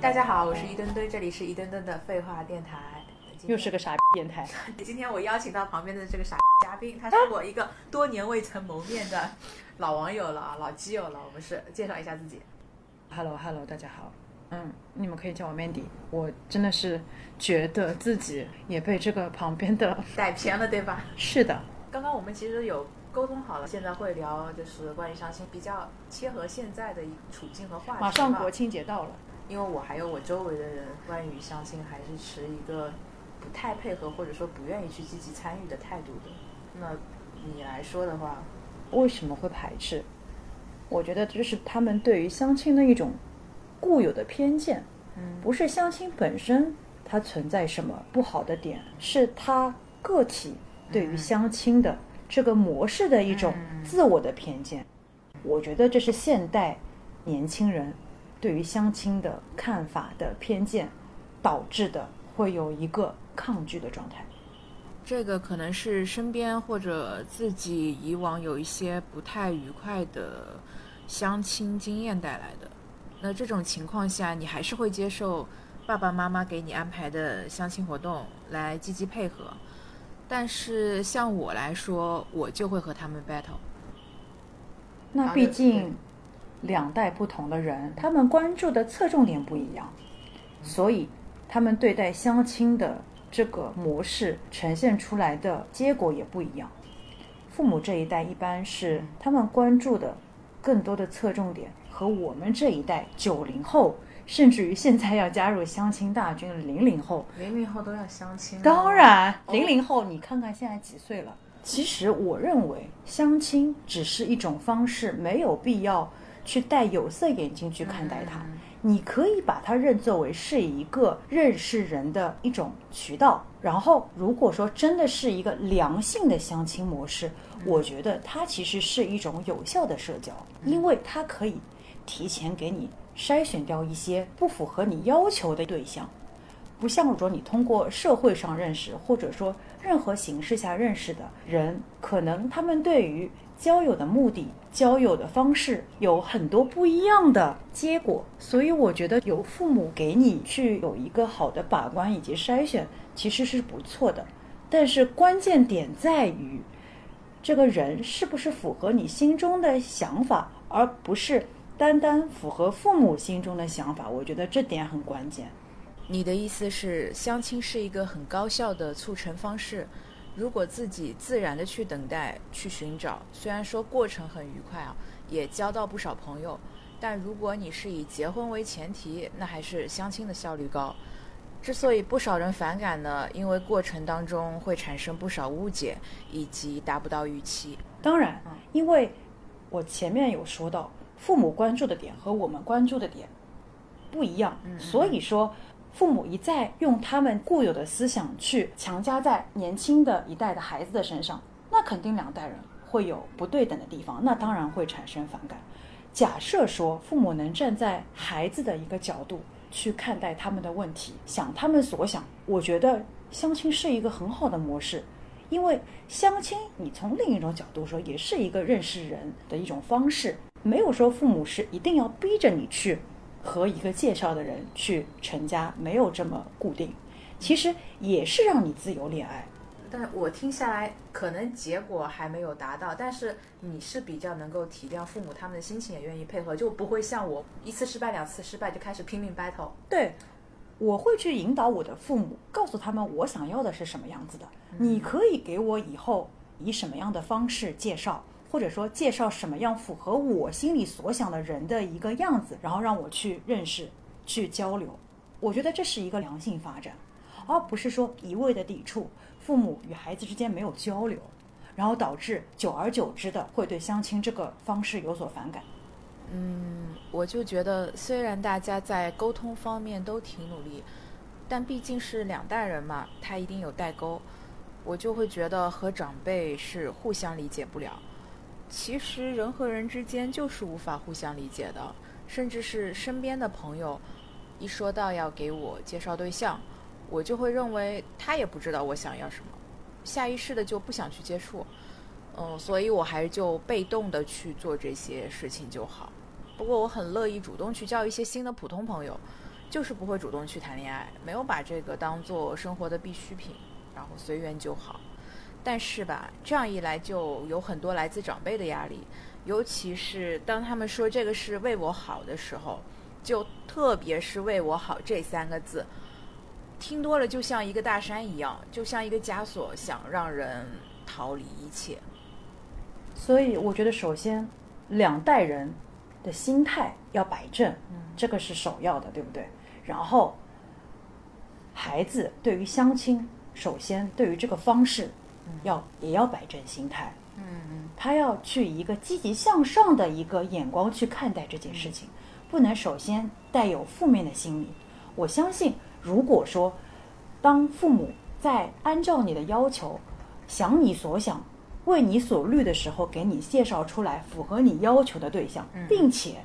大家好，我是一墩墩，这里是一墩墩的废话电台。今天又是个傻逼电台，今天我邀请到旁边的这个傻嘉宾，他是我一个多年未曾谋面的老网友了啊，老基友了。我们是介绍一下自己， Hello Hello，大家好。嗯，你们可以叫我 Mandy。我真的是觉得自己也被这个旁边的，带偏了对吧？是的，刚刚我们其实有沟通好了，现在会聊就是关于相亲，比较切合现在的一个处境和话题吧。马上国庆节到了，因为我还有我周围的人关于相亲还是持一个不太配合或者说不愿意去积极参与的态度的。那你来说的话，为什么会排斥？我觉得这是他们对于相亲的一种固有的偏见，嗯，不是相亲本身它存在什么不好的点，是他个体对于相亲的这个模式的一种嗯自我的偏见。我觉得这是现代年轻人对于相亲的看法的偏见导致的，会有一个抗拒的状态。这个可能是身边或者自己以往有一些不太愉快的相亲经验带来的。那这种情况下，你还是会接受爸爸妈妈给你安排的相亲活动来积极配合。但是像我来说，我就会和他们 battle。那啊毕对对竟两代不同的人，他们关注的侧重点不一样，所以他们对待相亲的这个模式呈现出来的结果也不一样。父母这一代一般是他们关注的更多的侧重点和我们这一代九零后，甚至于现在要加入相亲大军的零零后，零零后都要相亲、当，然，零零后，你看看现在几岁了？其实我认为相亲只是一种方式，没有必要去戴有色眼镜去看待它。嗯你可以把它认作为是一个认识人的一种渠道。然后，如果说真的是一个良性的相亲模式，我觉得它其实是一种有效的社交，因为它可以提前给你筛选掉一些不符合你要求的对象。不像说你通过社会上认识，或者说任何形式下认识的人，可能他们对于交友的目的、交友的方式有很多不一样的结果。所以我觉得有父母给你去有一个好的把关以及筛选，其实是不错的。但是关键点在于，这个人是不是符合你心中的想法，而不是单单符合父母心中的想法。我觉得这点很关键。你的意思是，相亲是一个很高效的促成方式。如果自己自然的去等待、去寻找，虽然说过程很愉快啊，也交到不少朋友，但如果你是以结婚为前提，那还是相亲的效率高。之所以不少人反感呢，因为过程当中会产生不少误解，以及达不到预期。当然嗯，因为我前面有说到，父母关注的点和我们关注的点不一样，所以说父母一再用他们固有的思想去强加在年轻的一代的孩子的身上，那肯定两代人会有不对等的地方，那当然会产生反感。假设说父母能站在孩子的一个角度去看待他们的问题，想他们所想，我觉得相亲是一个很好的模式，因为相亲，你从另一种角度说，也是一个认识人的一种方式，没有说父母是一定要逼着你去和一个介绍的人去成家，没有这么固定，其实也是让你自由恋爱。但我听下来，可能结果还没有达到，但是你是比较能够体谅父母他们的心情，也愿意配合，就不会像我一次失败、两次失败就开始拼命 battle。对，我会去引导我的父母，告诉他们我想要的是什么样子的。你可以给我以后以什么样的方式介绍，或者说介绍什么样符合我心里所想的人的一个样子，然后让我去认识、去交流。我觉得这是一个良性发展，而不是说一味的抵触，父母与孩子之间没有交流，然后导致久而久之的会对相亲这个方式有所反感。我就觉得，虽然大家在沟通方面都挺努力，但毕竟是两代人嘛，他一定有代沟。我就会觉得和长辈是互相理解不了。其实人和人之间就是无法互相理解的，甚至是身边的朋友，一说到要给我介绍对象，我就会认为他也不知道我想要什么，下意识的就不想去接触。嗯，所以我还是就被动的去做这些事情就好。不过我很乐意主动去交一些新的普通朋友，就是不会主动去谈恋爱，没有把这个当做生活的必需品，然后随缘就好。但是吧，这样一来就有很多来自长辈的压力，尤其是当他们说这个是为我好的时候，就特别是为我好这三个字，听多了就像一个大山一样，就像一个枷锁，想让人逃离一切。所以我觉得，首先两代人的心态要摆正，这个是首要的，对不对？然后，孩子对于相亲，首先对于这个方式，要也要摆正心态，嗯他要去以一个积极向上的一个眼光去看待这件事情，不能首先带有负面的心理。我相信，如果说当父母在按照你的要求，想你所想，为你所虑的时候，给你介绍出来符合你要求的对象，并且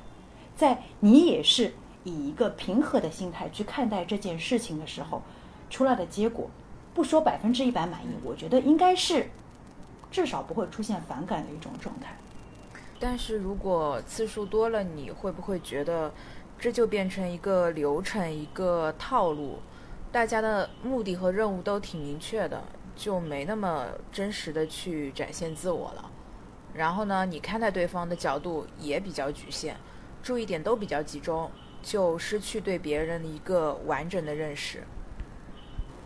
在你也是以一个平和的心态去看待这件事情的时候，出来的结果，不说百分之一百满意，我觉得应该是至少不会出现反感的一种状态。但是如果次数多了，你会不会觉得这就变成一个流程、一个套路？大家的目的和任务都挺明确的，就没那么真实的去展现自我了。然后呢，你看待对方的角度也比较局限，注意点都比较集中，就失去对别人的一个完整的认识。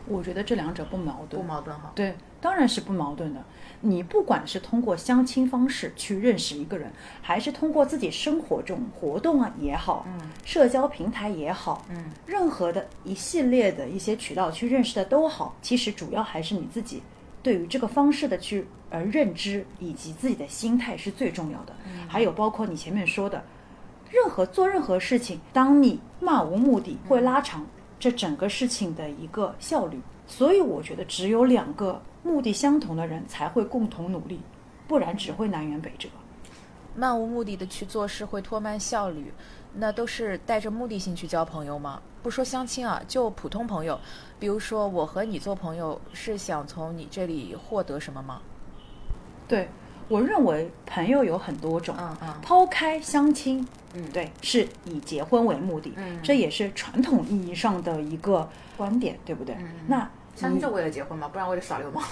我觉得这两者不矛盾，不矛盾哈。对，当然是不矛盾的。你不管是通过相亲方式去认识一个人，还是通过自己生活中活动啊也好，嗯，社交平台也好，嗯，任何的一系列的一些渠道去认识的都好，其实主要还是你自己对于这个方式的去呃认知，以及自己的心态是最重要的。还有包括你前面说的，任何做任何事情，当你漫无目的，会拉长这整个事情的一个效率。所以我觉得，只有两个目的相同的人才会共同努力，不然只会南辕北辙。漫无目的的去做事会拖慢效率，那都是带着目的性去交朋友吗？不说相亲啊，就普通朋友，比如说我和你做朋友是想从你这里获得什么吗？对我认为，朋友有很多种，嗯嗯抛开相亲，嗯对，是以结婚为目的，嗯这也是传统意义上的一个观点，对不对？那嗯相亲就为了结婚嘛，不然为了耍流氓。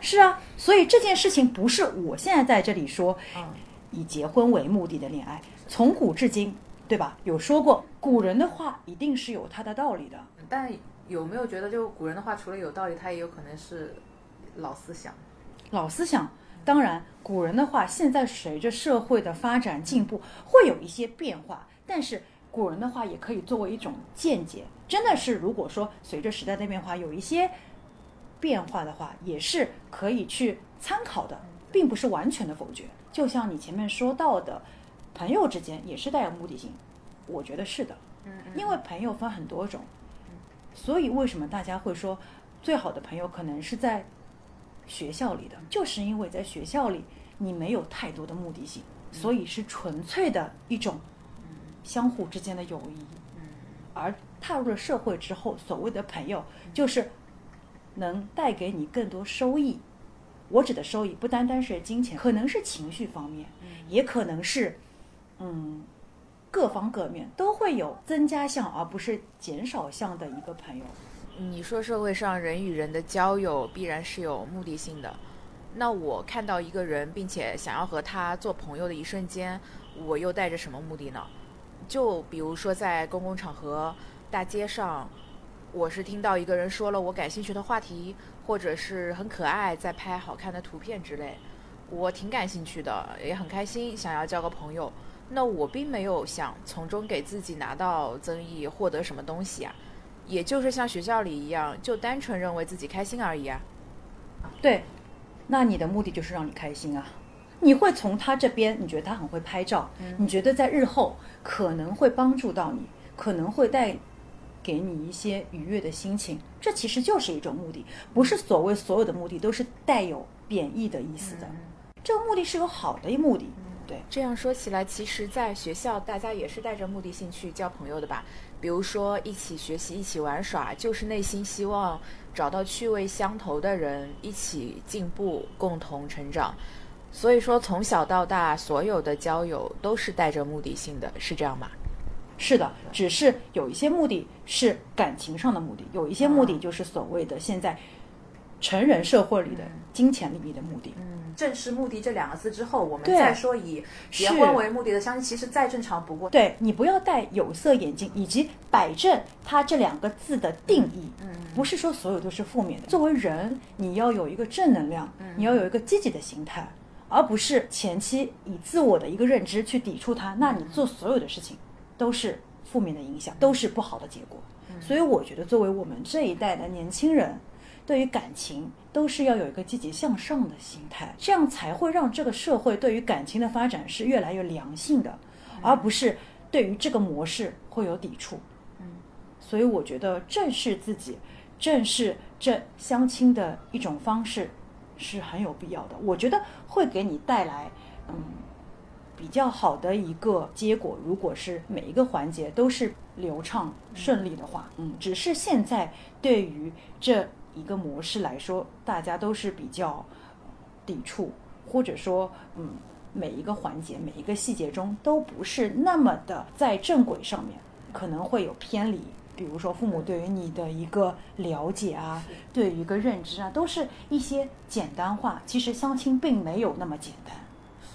是啊，所以这件事情不是我现在在这里说，嗯以结婚为目的的恋爱，从古至今，对吧？有说过，古人的话一定是有它的道理的。但有没有觉得，就古人的话，除了有道理，他也有可能是老思想？老思想，当然，古人的话，现在随着社会的发展进步，会有一些变化，但是古人的话也可以作为一种见解。真的是，如果说随着时代的变化，有一些变化的话，也是可以去参考的，并不是完全的否决。就像你前面说到的，朋友之间也是带有目的性，我觉得是的。因为朋友分很多种，所以为什么大家会说最好的朋友可能是在学校里的，就是因为在学校里你没有太多的目的性，所以是纯粹的一种相互之间的友谊。而踏入了社会之后，所谓的朋友就是能带给你更多收益。我指的收益不单单是金钱，可能是情绪方面，也可能是，嗯，各方各面都会有增加项而不是减少项的一个朋友。你说社会上人与人的交友必然是有目的性的，那我看到一个人并且想要和他做朋友的一瞬间，我又带着什么目的呢？就比如说在公共场合、大街上，我是听到一个人说了我感兴趣的话题，或者是很可爱，在拍好看的图片之类，我挺感兴趣的，也很开心，想要交个朋友。那我并没有想从中给自己拿到增益，获得什么东西啊。也就是像学校里一样，就单纯认为自己开心而已啊。对，那你的目的就是让你开心啊。你会从他这边，你觉得他很会拍照，你觉得在日后可能会帮助到你，可能会带给你一些愉悦的心情，这其实就是一种目的，不是所谓所有的目的都是带有贬义的意嗯思的。这个目的是有好的目的，对，这样说起来，其实，在学校大家也是带着目的性去交朋友的吧？比如说一起学习、一起玩耍，就是内心希望找到趣味相投的人，一起进步，共同成长。所以说，从小到大，所有的交友都是带着目的性的，是这样吗？是的，只是有一些目的是感情上的目的，有一些目的就是所谓的现在成人社会里的金钱利益的目的。嗯正式目的这两个字之后，我们对再说以结是婚为目的的相亲，其实再正常不过。对你不要戴有色眼镜，以及摆正它这两个字的定义，不是说所有都是负面的。作为人，你要有一个正能量，你要有一个积极的心态，而不是前期以自我的一个认知去抵触它，那你做所有的事情都是负面的影响，都是不好的结果。所以我觉得，作为我们这一代的年轻人，对于感情都是要有一个积极向上的心态，这样才会让这个社会对于感情的发展是越来越良性的，而不是对于这个模式会有抵触。嗯所以我觉得正视自己，正视这相亲的一种方式是很有必要的。我觉得会给你带来，嗯，比较好的一个结果。如果是每一个环节都是流畅顺利的话，嗯，只是现在对于这一个模式来说，大家都是比较抵触，或者说，嗯。每一个环节、每一个细节中都不是那么的在正轨上面，可能会有偏离。比如说，父母对于你的一个了解啊，对于一个认知啊，都是一些简单化。其实相亲并没有那么简单，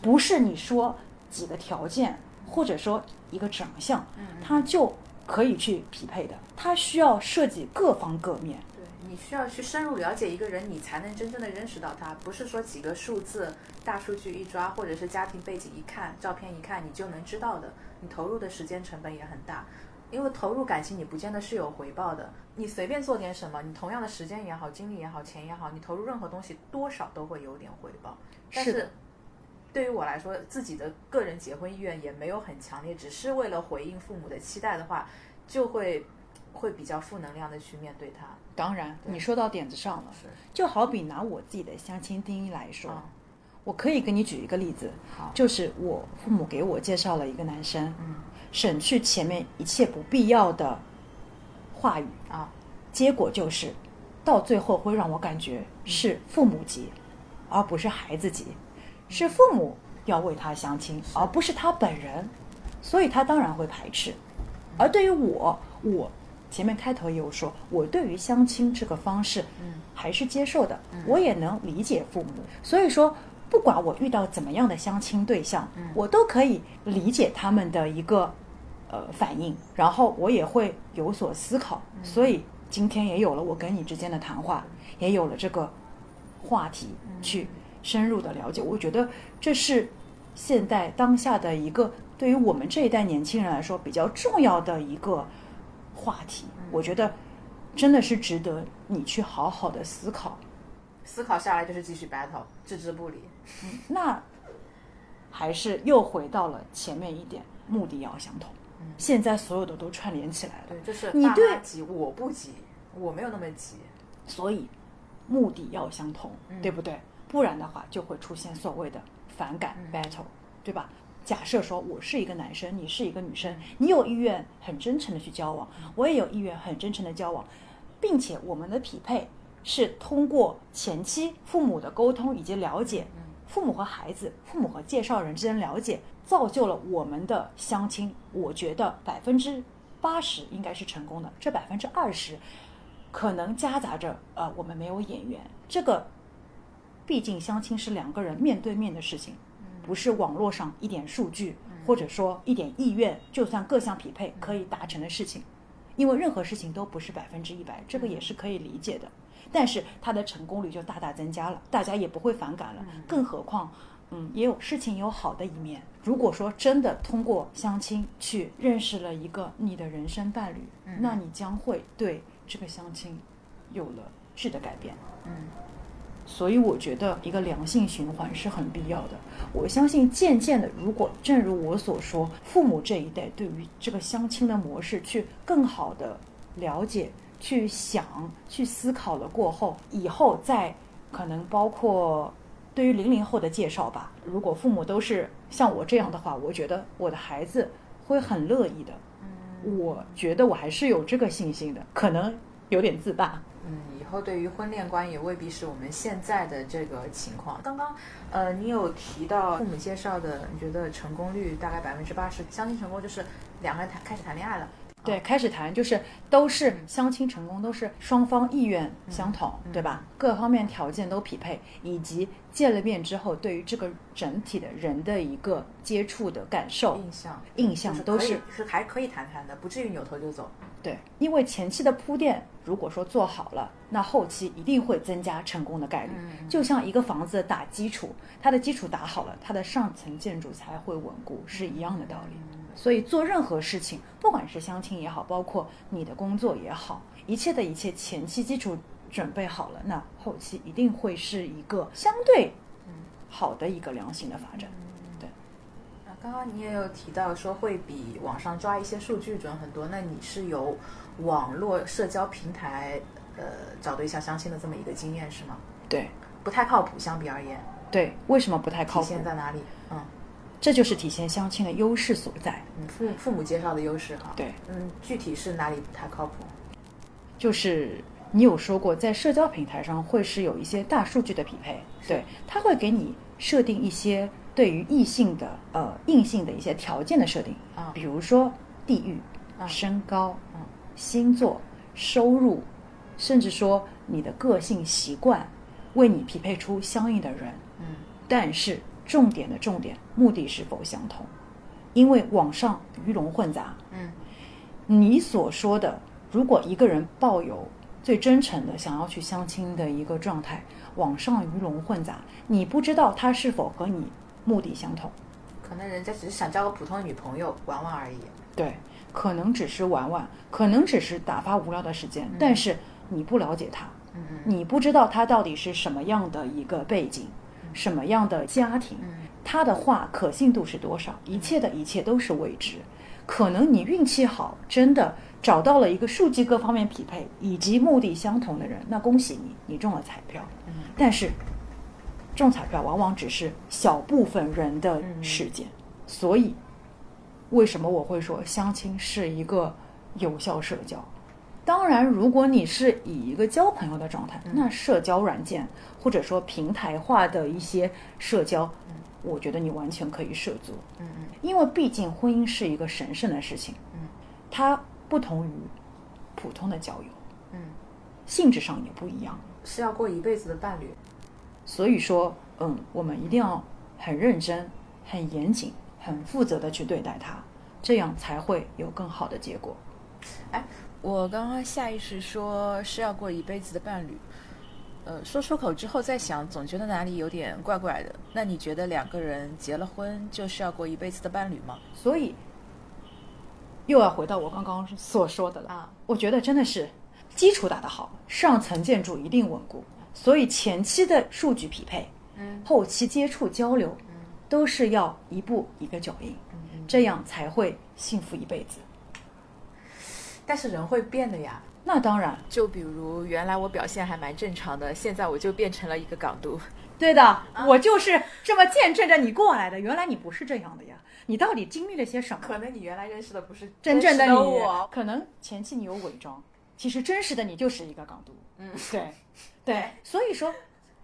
不是你说几个条件，或者说一个长相，嗯它就可以去匹配的。它需要涉及各方各面。对你需要去深入了解一个人，你才能真正的认识到他，不是说几个数字、大数据一抓，或者是家庭背景一看、照片一看，你就能知道的。你投入的时间成本也很大，因为投入感情你不见得是有回报的。你随便做点什么，你同样的时间也好、精力也好、钱也好，你投入任何东西，多少都会有点回报。但是的是对于我来说，自己的个人结婚意愿也没有很强烈，只是为了回应父母的期待的话，就会会比较负能量的去面对它。当然，你说到点子上了是，就好比拿我自己的相亲定义来说，嗯我可以给你举一个例子，哦好就是我父母给我介绍了一个男生，嗯省去前面一切不必要的话语，啊，结果就是到最后会让我感觉嗯是父母急，而不是孩子急，是父母要为他相亲，而不是他本人，所以他当然会排斥。嗯而对于我，我前面开头也有说，我对于相亲这个方式，嗯还是接受的，我也能理解父母。所以说，不管我遇到怎么样的相亲对象，我都可以理解他们的一个呃反应，然后我也会有所思考。所以今天也有了我跟你之间的谈话，也有了这个话题去深入的了解。我觉得这是现代当下的一个对于我们这一代年轻人来说比较重要的一个话题。我觉得真的是值得你去好好的思考。思考下来就是继续 battle，置之不理。那还是又回到了前面一点，目的要相同。现在所有的都串联起来了。对，就是你爸妈对急，我不急，我没有那么急。所以目的要相同，对不对？不然的话就会出现所谓的反感 battle，、对吧？假设说我是一个男生，你是一个女生，你有意愿很真诚的去交往，我也有意愿很真诚的交往，并且我们的匹配是通过前期父母的沟通以及了解，嗯父母和孩子、父母和介绍人之间了解，造就了我们的相亲。我觉得百分之八十应该是成功的，这百分之二十可能夹杂着呃，我们没有眼缘。这个，毕竟相亲是两个人面对面的事情，不是网络上一点数据或者说一点意愿，就算各项匹配可以达成的事情。因为任何事情都不是百分之一百，这个也是可以理解的。但是它的成功率就大大增加了，大家也不会反感了。更何况，嗯，也有事情有好的一面。如果说真的通过相亲去认识了一个你的人生伴侣，那你将会对这个相亲有了质的改变。嗯所以我觉得一个良性循环是很必要的。我相信渐渐的，如果正如我所说，父母这一代对于这个相亲的模式去更好的了解、去想、去思考了过后，以后再可能包括对于零零后的介绍吧。如果父母都是像我这样的话，我觉得我的孩子会很乐意嗯的。我觉得我还是有这个信心的，可能有点自大。嗯，以然后对于婚恋观也未必是我们现在的这个情况。刚刚，呃，你有提到父母介绍的，你觉得成功率大概百分之八十，相亲成功就是两个人谈开始谈恋爱了。对，开始谈就是都嗯是相亲成功，都是双方意愿相同，对吧？各方面条件都匹配，以及见了面之后对于这个整体的人的一个接触的感受、哦印象，印象就是都可以是是还可以谈谈的，不至于扭头就走。对。因为前期的铺垫，如果说做好了，那后期一定会增加成功的概率。嗯就像一个房子打基础，它的基础打好了，它的上层建筑才会稳固，是一样的道理。嗯所以做任何事情，不管是相亲也好，包括你的工作也好，一切的一切前期基础准备好了，那后期一定会是一个相对好的一个良性的发展。啊，刚刚你也有提到说会比网上抓一些数据准很多，那你是有网络社交平台呃找对象相亲的这么一个经验是吗？对不太靠谱，相比而言，对，为什么不太靠体谱现？在哪里？嗯这就是体现相亲的优势所在。嗯，父母父母介绍的优势哈。对，嗯，具体是哪里不太靠谱？就是你有说过，在社交平台上会是有一些大数据的匹配，对，它会给你设定一些对于异性的呃硬性的一些条件的设定，啊比如说地域、啊身高、嗯星座、收入，甚至说你的个性习惯，为你匹配出相应的人。嗯但是重点的重点，目的是否相同？因为网上鱼龙混杂，嗯你所说的，如果一个人抱有最真诚的想要去相亲的一个状态，网上鱼龙混杂，你不知道他是否和你目的相同，可能人家只是想交个普通的女朋友玩玩而已。对，可能只是玩玩，可能只是打发无聊的时间，但是你不了解他，嗯嗯你不知道他到底是什么样的一个背景，什么样的家庭，嗯他的话可信度是多少？一切的一切都是未知。可能你运气好，真的找到了一个数据各方面匹配以及目的相同的人，那恭喜你，你中了彩票。但是中彩票往往只是小部分人的嗯事件，所以为什么我会说相亲是一个有效社交？当然，如果你是以一个交朋友的状态，嗯那社交软件或者说平台化的一些社交，我觉得你完全可以涉足，嗯嗯因为毕竟婚姻是一个神圣的事情，嗯它不同于普通的交友，嗯，性质上也不一样。是要过一辈子的伴侣。所以说，嗯，我们一定要很认真、很严谨、很负责的去对待它，这样才会有更好的结果。哎我刚刚下意识说是要过一辈子的伴侣，呃，说出口之后再想，总觉得哪里有点怪怪的。那你觉得两个人结了婚就是要过一辈子的伴侣吗？所以，又要回到我刚刚所说的了。啊我觉得真的是基础打得好，上层建筑一定稳固。所以前期的数据匹配，嗯后期接触交流，都是要一步一个脚印，这样才会幸福一辈子。但是人会变的呀。那当然，就比如原来我表现还蛮正常的，现在我就变成了一个港独。对的，我就是这么见证着你过来的。原来你不是这样的呀，你到底经历了些什么？ 可能你原来认识的不是真正的真实你，我，可能前期你有伪装，其实真实的你就是一个港独。嗯，对，对，所以说，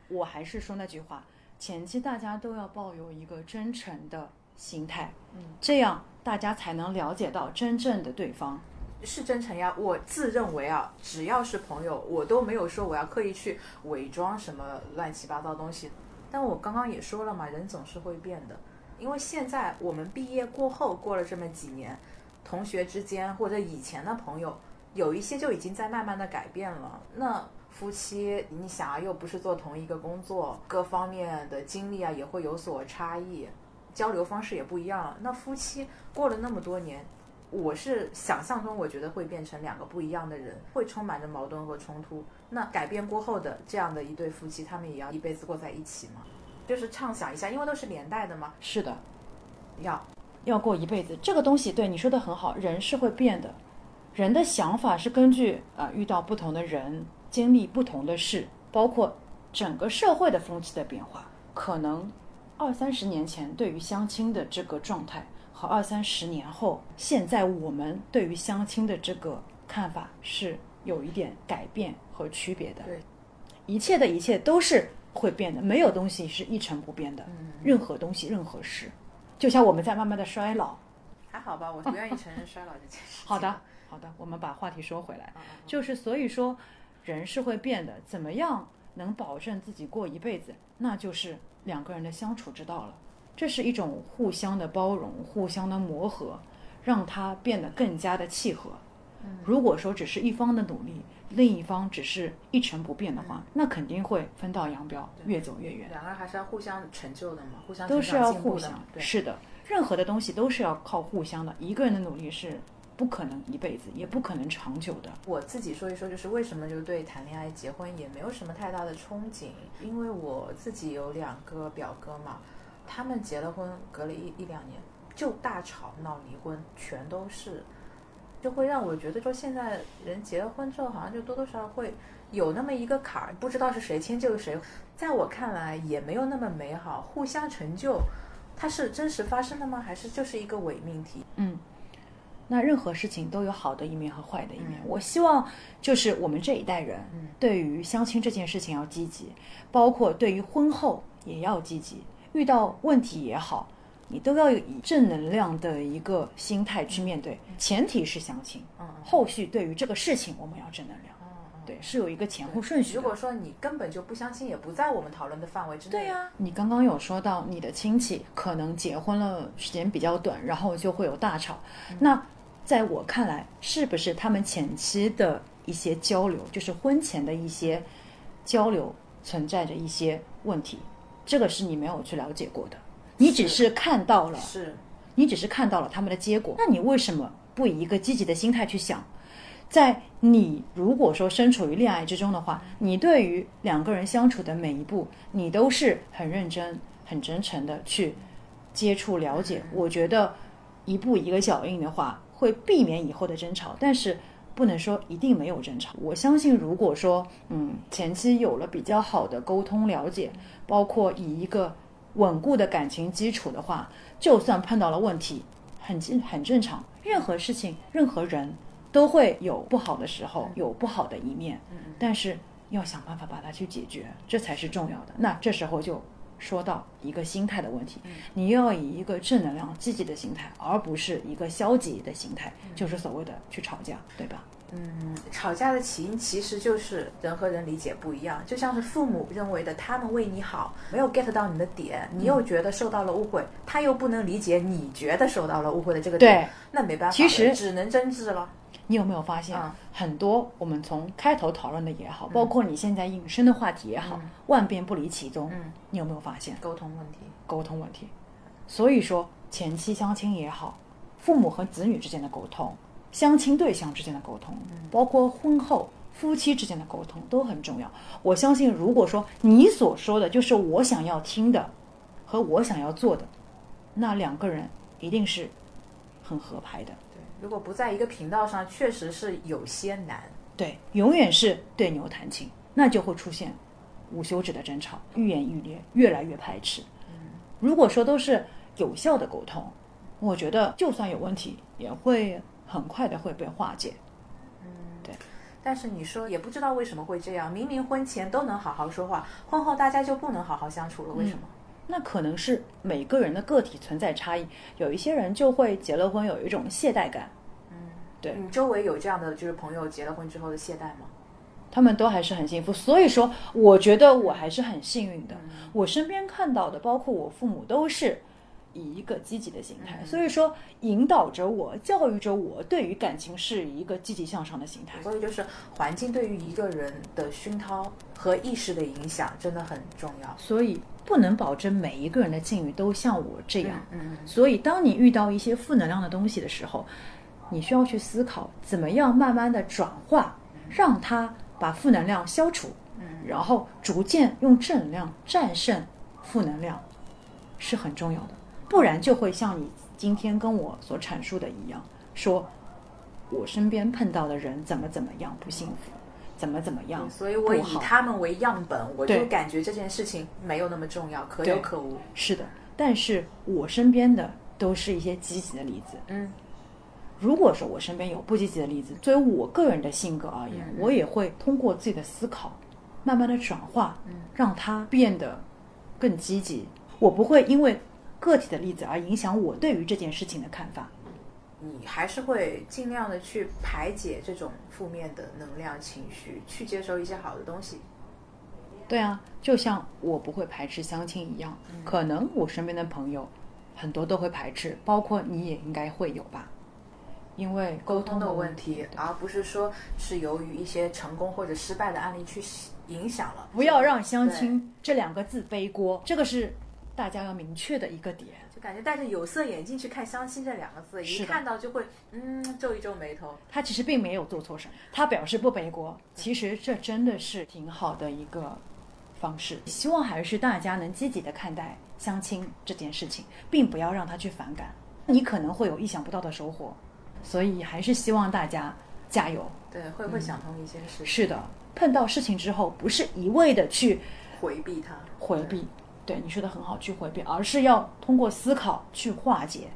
我还是说那句话，前期大家都要抱有一个真诚的心态，嗯，这样大家才能了解到真正的对方。是真诚呀，我自认为啊，只要是朋友，我都没有说我要刻意去伪装什么乱七八糟东西。但我刚刚也说了嘛，人总是会变的，因为现在我们毕业过后过了这么几年，同学之间或者以前的朋友，有一些就已经在慢慢的改变了。那夫妻，你想啊，又不是做同一个工作，各方面的经历啊也会有所差异，交流方式也不一样了。那夫妻过了那么多年，我是想象中，我觉得会变成两个不一样的人，会充满着矛盾和冲突。那改变过后的这样的一对夫妻，他们也要一辈子过在一起吗？就是畅想一下，因为都是连带的嘛。是的，要，要过一辈子，这个东西对你说的很好，人是会变的，人的想法是根据啊、呃遇到不同的人，经历不同的事，包括整个社会的风气的变化。可能二三十年前对于相亲的这个状态和二三十年后，现在我们对于相亲的这个看法是有一点改变和区别的。对，一切的一切都是会变的，没有东西是一成不变的。嗯任何东西，任何事，就像我们在慢慢的衰老。还好吧，我不愿意承认衰老这件事。 嗯好的，，好的，我们把话题说回来，就是所以说，人是会变的，怎么样能保证自己过一辈子，那就是两个人的相处之道了。这是一种互相的包容，互相的磨合，让它变得更加的契合。嗯如果说只是一方的努力，另一方只是一成不变的话，那肯定会分道扬镳，越走越远。两个人还是要互相成就的嘛，互相都成是要长进互步的相嘛。，对，是的，任何的东西都是要靠互相的。一个人的努力是不可能一辈子，也不可能长久的。我自己说一说，就是为什么就对谈恋爱、结婚也没有什么太大的憧憬，因为我自己有两个表哥嘛，他们结了婚，隔了一一两年就大吵闹离婚，全都是，就会让我觉得说现在人结了婚之后，好像就多多少少会有那么一个坎儿，不知道是谁迁就谁，在我看来也没有那么美好，互相成就。它是真实发生的吗？还是就是一个伪命题？那任何事情都有好的一面和坏的一嗯面。我希望就是我们这一代人，对于相亲这件事情要积极，包括对于婚后也要积极。遇到问题也好，你都要以正能量的一个心态去面对，前提是相亲。嗯嗯后续对于这个事情，我们要正能量。对，是有一个前后顺序如的。果说你根本就不相信，也不在我们讨论的范围之内。对呀、你刚刚有说到你的亲戚可能结婚了时间比较短，然后就会有大吵。那在我看来，是不是他们前期的一些交流，就是婚前的一些交流，存在着一些问题？这个是你没有去了解过的，你只是看到了，是你只是看到了他们的结果。那你为什么不以一个积极的心态去想？在你如果说身处于恋爱之中的话，你对于两个人相处的每一步，你都是很认真、很真诚的去接触、了解。我觉得一步一个脚印的话，会避免以后的争吵，但是不能说一定没有争吵。我相信，如果说嗯前期有了比较好的沟通了解，包括以一个稳固的感情基础的话，就算碰到了问题，很正很正常。任何事情、任何人都会有不好的时候，有不好的一面，嗯但是要想办法把它去解决，这才是重要的。那这时候就说到一个心态的问题，你要以一个正能量、积极的心态，而不是一个消极的心态，就是所谓的去吵架，对吧？吵架的起因其实就是人和人理解不一样，就像是父母认为的他们为你好，没有 get 到你的点，你又觉得受到了误会，他又不能理解你觉得受到了误会的这个点对，那没办法了，其实只能争执了。你有没有发现嗯，很多我们从开头讨论的也好，包括你现在引申的话题也好，万变不离其宗。你有没有发现？沟通问题，沟通问题。所以说，前期相亲也好，父母和子女之间的沟通，相亲对象之间的沟通，包括婚后夫妻之间的沟通都很重要。我相信，如果说你所说的就是我想要听的和我想要做的，那两个人一定是很合拍的。对，如果不在一个频道上，确实是有些难。对，永远是对牛弹琴，那就会出现无休止的争吵，愈演愈烈，越来越排斥。如果说都是有效的沟通，我觉得就算有问题，也会很快的会被化解。但是你说也不知道为什么会这样，明明婚前都能好好说话，婚后大家就不能好好相处了，为什么？那可能是每个人的个体存在差异，有一些人就会结了婚有一种懈怠感，对你周围有这样的就是朋友结了婚之后的懈怠吗？他们都还是很幸福。所以说，我觉得我还是很幸运的。我身边看到的，包括我父母，都是以一个积极的心态，所以说引导着我、教育着我，对于感情是一个积极向上的心态。所以就是环境对于一个人的熏陶和意识的影响真的很重要。所以不能保证每一个人的境遇都像我这样。嗯，所以，当你遇到一些负能量的东西的时候，你需要去思考怎么样慢慢的转化，让它把负能量消除，嗯然后逐渐用正能量战胜负能量，是很重要的。不然就会像你今天跟我所阐述的一样，说我身边碰到的人怎么怎么样不幸福，怎么怎么样，嗯所以我以不好他们为样本，我就对感觉这件事情没有那么重要，可有对可无。是的，但是我身边的都是一些积极的例子，嗯，如果说我身边有不积极的例子，作为我个人的性格而言，嗯我也会通过自己的思考，慢慢的转化，嗯让它变得更积极。我不会因为个体的例子而影响我对于这件事情的看法。你还是会尽量的去排解这种负面的能量情绪，去接收一些好的东西。对啊，就像我不会排斥相亲一样，嗯可能我身边的朋友很多都会排斥，包括你也应该会有吧，因为沟沟通的问问题，而不是说是由于一些成功或者失败的案例去影响了。不要让相亲这两个字背锅，这个是大家要明确的一个点。就感觉戴着有色眼镜去看“相亲”这两个字，是一的看到就会嗯皱一皱眉头。他其实并没有做错什么，他表示不背锅。其实这真的是挺好的一个方式，希望还是大家能积极的看待相亲这件事情，并不要让他去反感。你可能会有意想不到的收获，所以还是希望大家加油。对，会会想通一些事，嗯是的，碰到事情之后，不是一味的去回避它，回避，对你说的很好，去回避，而是要通过思考去化解，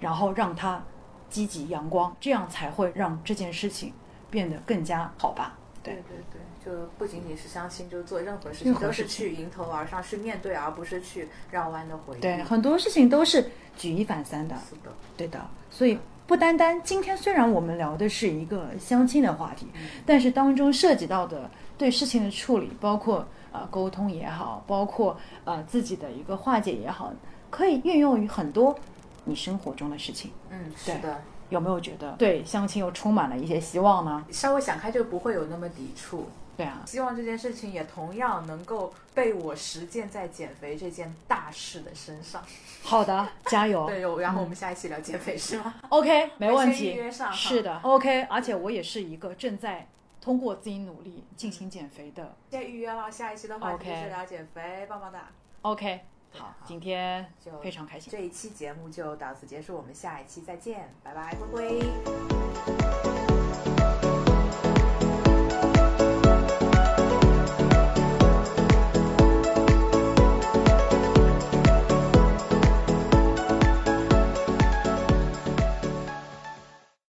然后让它积极阳光，这样才会让这件事情变得更加好吧。对对，对对，就不仅仅是相亲，就做任何事情任何都是事情去迎头而上，去面对，而不是去绕弯的回避。对，很多事情都是举一反三的，是的，对的。所以不单单今天，虽然我们聊的是一个相亲的话题，但是当中涉及到的对事情的处理，包括呃沟通也好，包括呃自己的一个化解也好，可以运用于很多你生活中的事情。嗯，是的，有没有觉得对相亲又充满了一些希望呢？稍微想开就不会有那么抵触。对啊，希望这件事情也同样能够被我实践在减肥这件大事的身上。好的，加油。对，有然后我们下一期聊减肥是吗？ OK，没问先预题约上。哈是的，OK，而且我也是一个正在通过自己努力进行减肥的。先预约了，下一期的话题就 OK 是聊减肥，棒棒哒。 OK，好好，今天就非常开心。这一期节目就到此结束，我们下一期再见，拜拜，龟龟。